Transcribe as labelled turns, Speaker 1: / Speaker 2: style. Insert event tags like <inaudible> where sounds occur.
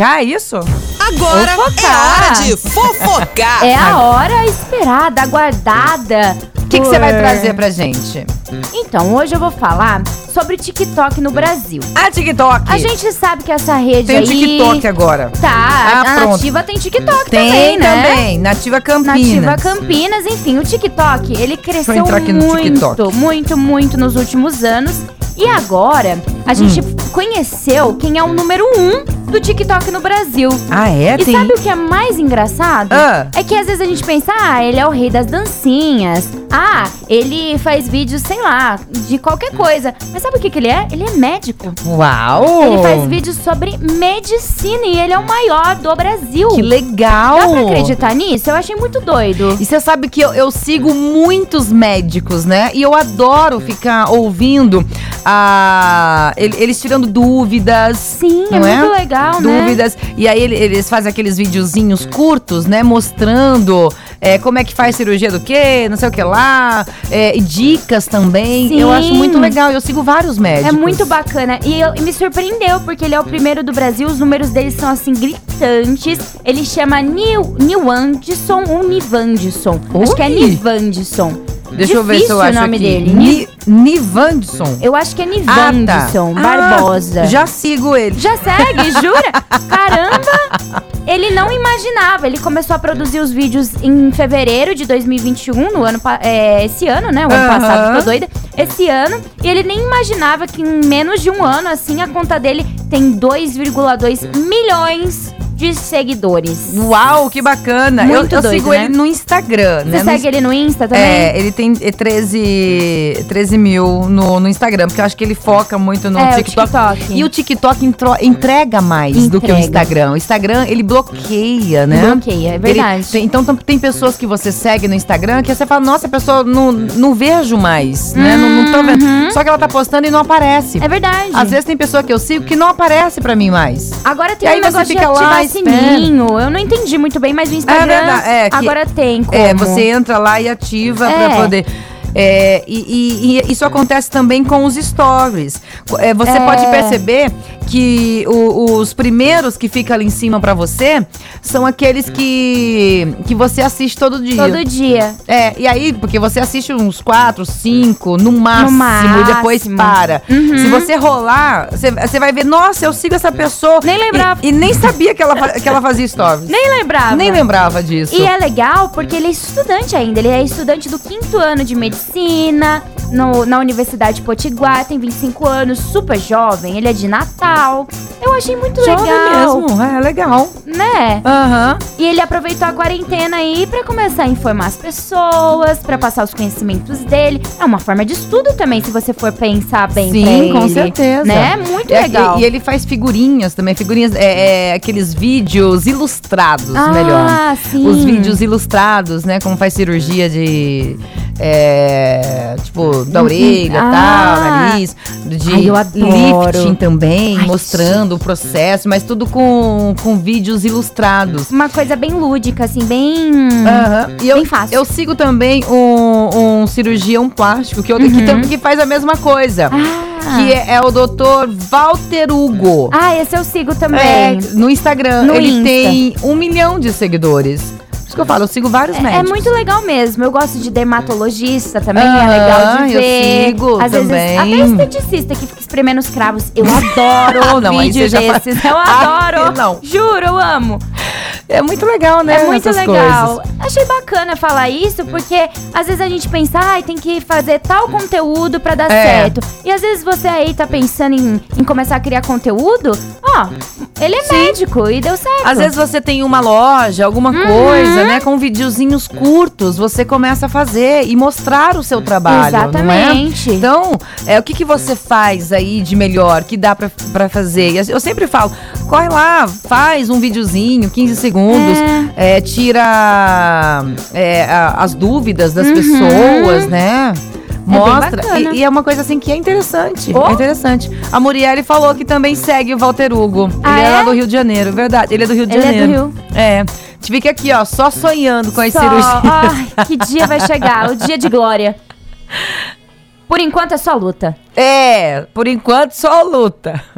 Speaker 1: Ah, isso?
Speaker 2: Agora
Speaker 1: Fofocar.
Speaker 2: é hora de fofocar.
Speaker 3: É a hora esperada, aguardada.
Speaker 1: O que que você vai trazer pra gente?
Speaker 3: Então, hoje eu vou falar sobre TikTok no Brasil.
Speaker 1: Ah, TikTok.
Speaker 3: A gente sabe que essa rede
Speaker 1: tem
Speaker 3: aí...
Speaker 1: o TikTok agora. Ah,
Speaker 3: Tá, a
Speaker 1: pronto.
Speaker 3: Nativa tem TikTok
Speaker 1: Tem
Speaker 3: também, né?
Speaker 1: Nativa Campinas.
Speaker 3: Nativa Campinas, enfim, o TikTok, ele cresceu
Speaker 1: entrar aqui no
Speaker 3: muito,
Speaker 1: TikTok.
Speaker 3: muito, muito nos últimos anos. E agora,
Speaker 1: Hum.
Speaker 3: a gente conheceu quem é o número um do TikTok no Brasil.
Speaker 1: Ah, é?
Speaker 3: E
Speaker 1: tem.
Speaker 3: sabe o que é mais engraçado?
Speaker 1: Ah.
Speaker 3: É que às vezes a gente pensa, ah, ele é o rei das dancinhas. Ah, ele faz vídeos, sei lá, de qualquer coisa. Mas sabe o que, que ele é? Ele é médico.
Speaker 1: Uau!
Speaker 3: Ele faz vídeos sobre medicina e ele é o maior do Brasil.
Speaker 1: Que legal!
Speaker 3: Dá pra acreditar nisso? Eu achei muito doido.
Speaker 1: E você sabe que eu, eu sigo muitos médicos, né? E eu adoro ficar ouvindo ah, ele- eles tirando dúvidas.
Speaker 3: Sim, é
Speaker 1: Não é?
Speaker 3: muito legal, né?
Speaker 1: Dúvidas. E aí ele- eles fazem aqueles videozinhos curtos, né? Mostrando eh, como é que faz cirurgia do quê, não sei o que lá. eh, e dicas também.
Speaker 3: Sim.
Speaker 1: Eu acho muito legal. Eu sigo vários médicos.
Speaker 3: É muito bacana. E, eu- e me surpreendeu, porque ele é o primeiro do Brasil. Os números dele são, assim, gritantes. Ele chama Neil, Neil Anderson ou Nivandison. Acho que é
Speaker 1: Ui.
Speaker 3: Nivandison.
Speaker 1: Deixa eu ver se eu
Speaker 3: Difícil
Speaker 1: acho
Speaker 3: o nome
Speaker 1: aqui.
Speaker 3: dele. Ni-
Speaker 1: Ni, Nivandson.
Speaker 3: Eu acho que é
Speaker 1: Ah, tá.
Speaker 3: Nivandison,
Speaker 1: Ah,
Speaker 3: Barbosa.
Speaker 1: já sigo ele.
Speaker 3: Já segue, jura? Caramba! Ele não imaginava. Ele começou a produzir os vídeos em fevereiro de 2021, no ano pa- é, esse ano, né? O ano
Speaker 1: Aham.
Speaker 3: passado, tô doida. Esse ano. E ele nem imaginava que em menos de um ano, assim, a conta dele tem 2,2 milhões de seguidores.
Speaker 1: Uau, que bacana.
Speaker 3: Muito
Speaker 1: eu eu
Speaker 3: doido,
Speaker 1: sigo
Speaker 3: né?
Speaker 1: ele no Instagram,
Speaker 3: Você
Speaker 1: né? No
Speaker 3: segue ele no Insta também?
Speaker 1: É, ele tem eh, 13, 13 mil no, no Instagram, porque eu acho que ele foca muito no
Speaker 3: É, o
Speaker 1: TikTok. né?
Speaker 3: TikTok.
Speaker 1: E o TikTok entro- entrega mais do que o
Speaker 3: Entrega.
Speaker 1: Instagram. O Instagram, ele bloqueia, né?
Speaker 3: Bloqueia, é
Speaker 1: Ele-
Speaker 3: verdade.
Speaker 1: tem- então tam- tem pessoas que você segue no Instagram que você fala, nossa, a pessoa não, não vejo mais, né? Não, não tô vendo. Só que ela tá postando e não aparece.
Speaker 3: Uhum. É verdade.
Speaker 1: Às vezes tem pessoa que eu sigo que não aparece pra mim mais.
Speaker 3: Agora
Speaker 1: E
Speaker 3: tem
Speaker 1: aí
Speaker 3: um
Speaker 1: você
Speaker 3: negócio de
Speaker 1: fica lá,
Speaker 3: ativar
Speaker 1: espera.
Speaker 3: sininho. Eu não entendi muito bem, mas no Instagram
Speaker 1: verdade, é, que-
Speaker 3: agora tem como.
Speaker 1: É, você entra lá e ativa pra
Speaker 3: É.
Speaker 1: poder. É, e, e- e isso acontece também com os stories. Co- é, você
Speaker 3: É.
Speaker 1: pode perceber que o- os primeiros que ficam ali em cima pra você são aqueles que, que você assiste todo dia.
Speaker 3: Todo dia.
Speaker 1: É, e aí, porque você assiste uns quatro, cinco, no máximo, e depois
Speaker 3: máximo.
Speaker 1: para.
Speaker 3: Uhum.
Speaker 1: Se você rolar, você- você vai ver, nossa, eu sigo essa pessoa.
Speaker 3: Nem lembrava.
Speaker 1: E, e nem sabia que ela, fa- que ela fazia stories.
Speaker 3: Nem lembrava.
Speaker 1: Nem lembrava disso.
Speaker 3: E é legal porque ele é estudante ainda. Ele é estudante do quinto ano de medicina no- na Universidade Potiguar. Tem 25 anos, super jovem. Ele é de Natal. Eu achei muito
Speaker 1: Jovem
Speaker 3: legal.
Speaker 1: mesmo, é legal.
Speaker 3: Né?
Speaker 1: Aham.
Speaker 3: E ele aproveitou a quarentena aí pra começar a informar as pessoas, pra passar os conhecimentos dele. É uma forma de estudo também, se você for pensar bem pra
Speaker 1: Sim, com
Speaker 3: ele,
Speaker 1: certeza.
Speaker 3: Né? Muito
Speaker 1: É,
Speaker 3: legal.
Speaker 1: E, e ele faz figurinhas também, figurinhas, é, é, aqueles vídeos ilustrados,
Speaker 3: ah,
Speaker 1: melhor.
Speaker 3: sim.
Speaker 1: Os vídeos ilustrados, né? Como faz cirurgia de. é, tipo, da
Speaker 3: Uhum.
Speaker 1: orelha, tal,
Speaker 3: Ah.
Speaker 1: nariz. De
Speaker 3: Ai, eu adoro.
Speaker 1: lifting também,
Speaker 3: Ai,
Speaker 1: mostrando o processo, mas tudo com, com vídeos ilustrados.
Speaker 3: Uma coisa bem lúdica, assim, bem.
Speaker 1: Aham. E eu,
Speaker 3: Bem fácil.
Speaker 1: eu sigo também um, um cirurgião plástico que, eu, que, tam- que faz a mesma coisa.
Speaker 3: Ah.
Speaker 1: Que é, é o doutor Walter Hugo.
Speaker 3: Ah, esse eu sigo também.
Speaker 1: É, no Instagram.
Speaker 3: No
Speaker 1: ele
Speaker 3: Insta.
Speaker 1: tem um milhão de seguidores. Por isso que eu falo, eu sigo vários
Speaker 3: É, é
Speaker 1: médicos.
Speaker 3: muito legal mesmo. Eu gosto de dermatologista também, é
Speaker 1: Aham,
Speaker 3: legal de
Speaker 1: eu
Speaker 3: ver.
Speaker 1: sigo
Speaker 3: Às
Speaker 1: também.
Speaker 3: vezes, até esteticista que fica espremendo os cravos.
Speaker 1: <laughs>
Speaker 3: Eu adoro
Speaker 1: Não, aí
Speaker 3: vídeos
Speaker 1: você já fala-
Speaker 3: desses.
Speaker 1: <laughs>
Speaker 3: Eu
Speaker 1: Ah,
Speaker 3: adoro.
Speaker 1: não.
Speaker 3: Juro, eu amo.
Speaker 1: É muito legal, né?
Speaker 3: é muito
Speaker 1: essas
Speaker 3: legal.
Speaker 1: coisas.
Speaker 3: Achei bacana falar isso, porque às vezes a gente pensa, ai, tem que fazer tal conteúdo pra dar
Speaker 1: É.
Speaker 3: certo. E às vezes você aí tá pensando em, em começar a criar conteúdo, ó, ele é médico e deu certo.
Speaker 1: Às vezes você tem uma loja, alguma
Speaker 3: Uhum.
Speaker 1: coisa, né? Com videozinhos curtos, você começa a fazer e mostrar o seu trabalho, não é?
Speaker 3: Exatamente.
Speaker 1: Então, é, o que, que você faz aí de melhor, que dá pra, pra fazer? E Eu sempre falo, corre lá, faz um videozinho, 15 segundos, é, tira é, a- as dúvidas das
Speaker 3: Uhum. É
Speaker 1: pessoas, né?
Speaker 3: bem
Speaker 1: Mostra. E-
Speaker 3: bacana.
Speaker 1: e, é uma coisa assim que é interessante.
Speaker 3: Oh.
Speaker 1: É interessante. A Murielle falou que também segue o Walter Hugo.
Speaker 3: Ah,
Speaker 1: ele é? lá
Speaker 3: é?
Speaker 1: do Rio de Janeiro, verdade. Ele é do Rio de
Speaker 3: Ele
Speaker 1: Janeiro.
Speaker 3: é do Rio.
Speaker 1: É. Te fica aqui, ó, só sonhando com as
Speaker 3: Só-
Speaker 1: cirurgias.
Speaker 3: Ai, que dia vai chegar, o dia de glória. Por enquanto é só luta.
Speaker 1: É, por enquanto só luta.